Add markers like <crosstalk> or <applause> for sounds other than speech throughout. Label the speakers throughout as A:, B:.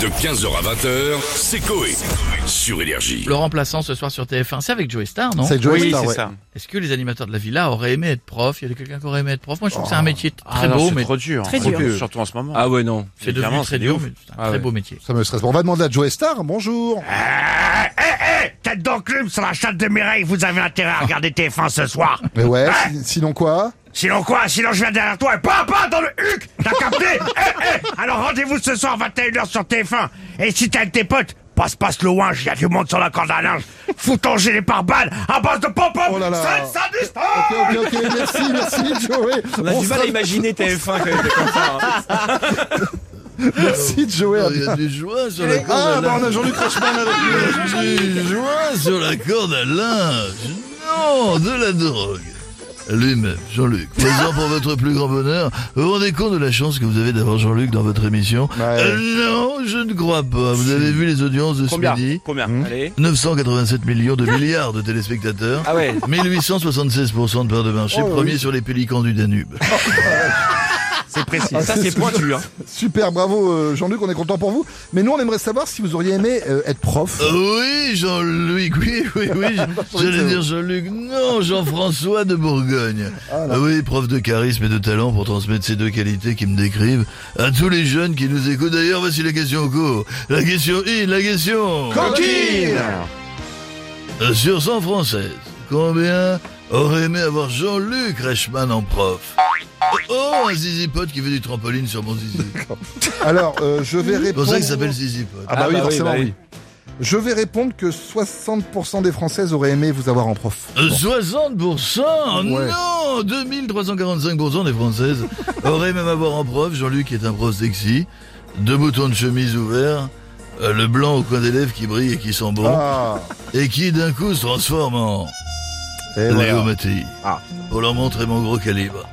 A: De 15h à 20h, c'est Coé. Sur Énergie.
B: Le remplaçant ce soir sur TF1, c'est avec Joey Star, non
C: C'est Joey
D: oui,
C: Star,
D: c'est
C: ouais.
D: ça.
B: Est-ce que les animateurs de la villa auraient aimé être prof Il y a quelqu'un qui aurait aimé être prof. Moi, je trouve que c'est un métier très
D: Ah non,
B: beau,
D: c'est
B: mais
D: trop dur.
E: Très
D: Trop
E: dur.
D: dur, Surtout en ce moment.
F: Ah ouais, non.
B: c'est devenu
D: Évidemment,
B: très
D: c'est
B: dur,
D: ouf.
B: mais c'est un
F: Ah
B: très
F: ouais.
B: beau métier.
C: Ça me stresse. Bon, on va demander à Joey Star. Bonjour.
G: Tête d'enclume sur la chatte de Mireille, vous avez intérêt à regarder TF1 ce soir.
C: Mais ouais, si- sinon quoi
G: Sinon quoi Sinon je viens derrière toi et pas pas dans le huc T'as capté Eh, eh Alors rendez-vous ce soir 21h sur TF1. Et si t'es avec tes potes, passe passe le ouinge, y a du monde sur la corde à linge. Fous ton gilet par balles à base de pom-pom
C: Oh là là.
G: Sale sadiste Ah
C: Ok, ok, ok. Merci, merci, Joey.
F: On a
C: On
F: du mal
C: sera-
F: à imaginer TF1 quand même comme ça. hein.
C: Merci, Joey.
B: Oh,
C: à bien-
B: du joint sur la
C: Ah, bah on a Jean-Luc Reichmann avec nous.
B: <laughs> du joint sur la corde à linge. Non, de la drogue. Lui-même, Jean-Luc, présent pour votre plus grand bonheur, vous vous rendez compte de la chance que vous avez d'avoir Jean-Luc dans votre émission
C: Ouais.
B: Euh, Non, je ne crois pas. Vous avez vu les audiences de ce
D: Combien
B: midi
D: Combien Allez.
B: 987 millions de milliards de téléspectateurs.
C: <laughs>
D: Ah ouais.
B: 1876% de part de marché,
C: Oh,
B: premier sur les pélicans du Danube.
D: C'est précis.
C: Ah,
D: ça,
C: c'est
D: <laughs> c'est pointu. Hein.
C: Super, bravo euh, Jean-Luc, on est content pour vous. Mais nous, on aimerait savoir si vous auriez aimé euh, être prof.
B: Euh, oui, Jean-Luc, oui, oui, oui. je- J'allais dire Jean-Luc. Non, Jean-François de Bourgogne. Ah oui, prof de charisme et de talent pour transmettre ces deux qualités qui me décrivent à tous les jeunes qui nous écoutent. D'ailleurs, voici la question au cours. La question in, la question. Euh, Sur 100 françaises, combien aurait aimé avoir Jean-Luc Reichmann en prof Oh, un zizipote qui fait du trampoline sur mon zizi.
C: Alors, euh, je vais
B: C'est pour
C: répondre.
B: ça qu'il s'appelle zizipote.
C: Ah, bah oui, forcément,
D: bah
C: oui. Je vais répondre que 60% des Françaises auraient aimé vous avoir en prof.
B: Euh,
C: Bon. Ah
B: 60%
C: Ouais.
B: Non 2345%
C: <laughs>
B: des Françaises auraient même avoir en prof Jean-Luc est un prof sexy, deux boutons de chemise ouverts, euh, le blanc au coin des lèvres qui brille et qui sent bon,
C: Ah,
B: et qui d'un coup se transforme en
C: et
B: Léo
C: voilà.
B: Mattei.
C: Ah.
B: Pour leur montrer mon gros calibre.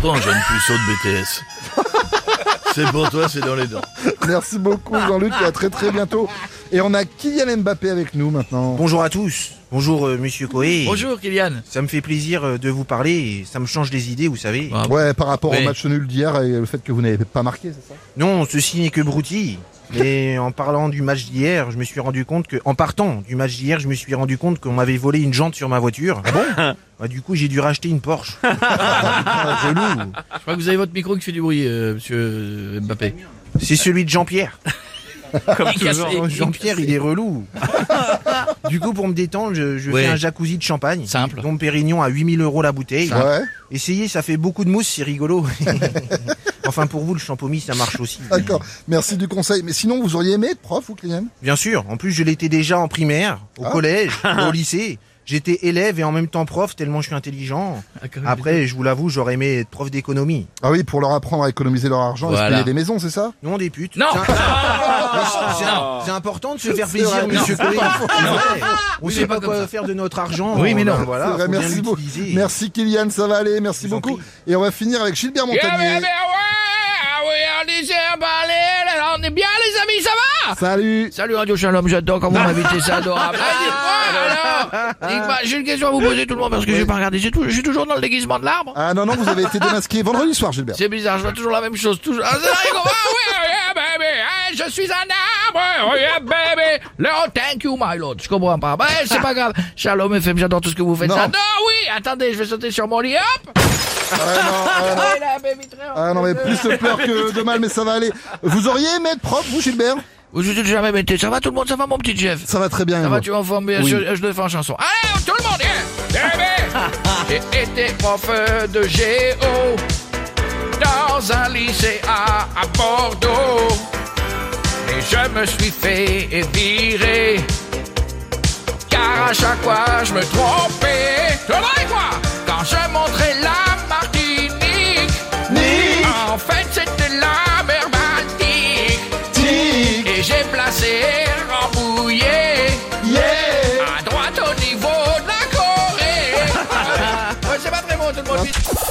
B: Prends, jeune puceau
C: <laughs>
B: de BTS. c'est pour toi, c'est dans les dents.
C: Merci beaucoup Jean-Luc et à très très bientôt. Et on a Kylian Mbappé avec nous maintenant.
H: Bonjour à tous. Bonjour euh, Monsieur Coé.
B: Bonjour Kylian.
H: Ça me fait plaisir euh, de vous parler et ça me change les idées, vous savez.
B: Ah,
C: Ouais, par rapport au
B: Oui.
C: match nul d'hier et le fait que vous n'avez pas marqué, c'est ça
H: Non, ceci n'est que broutille. Mais en parlant du match d'hier, je me suis rendu compte que, en partant du match d'hier, je me suis rendu compte qu'on m'avait volé une jante sur ma voiture. Ah bon Du coup, j'ai dû racheter une <laughs> Porsche. Ah, relou.
B: Je crois que vous avez votre micro qui fait du bruit, euh, monsieur Mbappé.
H: C'est celui de Jean-Pierre.
D: Comme toujours.
H: Oh, Jean-Pierre, il est relou. <laughs> du coup, pour me détendre, je, je
B: Ouais.
H: fais un jacuzzi de champagne.
B: Simple.
H: Dom Pérignon à 8000 euros la bouteille.
C: Ah. Ouais.
H: Essayez, ça fait beaucoup de mousse, c'est rigolo. <laughs> enfin, pour vous, le champomis, ça marche aussi.
C: D'accord. Merci du conseil. Mais sinon, vous auriez aimé être prof ou Kylian
H: Bien sûr. En plus, je l'étais déjà en primaire, au
C: Ah.
H: collège, au lycée. J'étais élève et en même temps prof, tellement je suis intelligent. Après, je vous l'avoue, j'aurais aimé être prof d'économie.
C: Ah oui, pour leur apprendre à économiser leur argent et se
B: Voilà.
C: payer des maisons, c'est ça
H: Non, des putes.
B: Non.
H: C'est un- C'est un- c'est important de se faire plaisir,
C: vrai.
H: monsieur Coé. C'est vrai. On
B: Oui,
H: sait
B: mais
H: pas
B: pas
H: quoi
B: comme ça.
H: faire de notre argent.
B: Oui, mais non.
H: Ben Voilà,
C: C'est vrai,
H: faut bien
C: merci beaucoup.
H: l'utiliser.
C: Merci Kylian, ça va aller, merci
H: Je vous en
C: beaucoup.
H: prie.
C: Et on va finir avec Gilbert Montagnier.
B: on est bien les amis, ça va
C: Salut
B: Salut Radio Shalom, j'adore quand vous m'invitez, c'est adorable. Ah, dites-moi, alors Dites-moi, J'ai une question à vous poser tout le monde parce que j'ai pas regardé. J'ai tout- Je suis toujours dans le déguisement de l'arbre.
C: Ah non, non, vous avez été démasqué vendredi soir, Gilbert.
B: C'est bizarre, je vois toujours la même chose. Toujours... Ah, c'est vrai, ils vont- Ah, oui, ah, oui, ah, baby, ah, je suis un arbre, oui, ah, baby. No, thank you, my lord. Je comprends pas. Bah, c'est
C: <laughs>
B: pas grave. Shalom FM, j'adore tout ce que vous faites.
C: Non.
B: J'adore, oui. Attendez, je vais sauter sur mon lit. Hop.
C: Ah non, ah non.
B: Ah, oui, là, baby, très
C: Ah non, mais plus de peur que de mal, mais ça va aller. Vous auriez aimé être prof, vous, Gilbert
B: Vous vous êtes jamais metté. Ça va tout le monde, ça va mon petit Jeff
C: Ça va très bien.
B: Ça
C: Hugo.
B: va, tu es en forme, bien
C: Oui.
B: sûr, je le fais en chanson. Allez, tout le monde, eh, eh, eh. J'ai été prof de géo dans un lycée à, à Bordeaux. Et je me suis fait virer. Car à chaque fois, je me trompais. Tout le monde avec moi Quand je montrais la Martinique, en fait, c'était la mer Baltique. Et j'ai placé Rambouillet à droite au niveau de la Corée. ouais, c'est pas très bon tout le monde.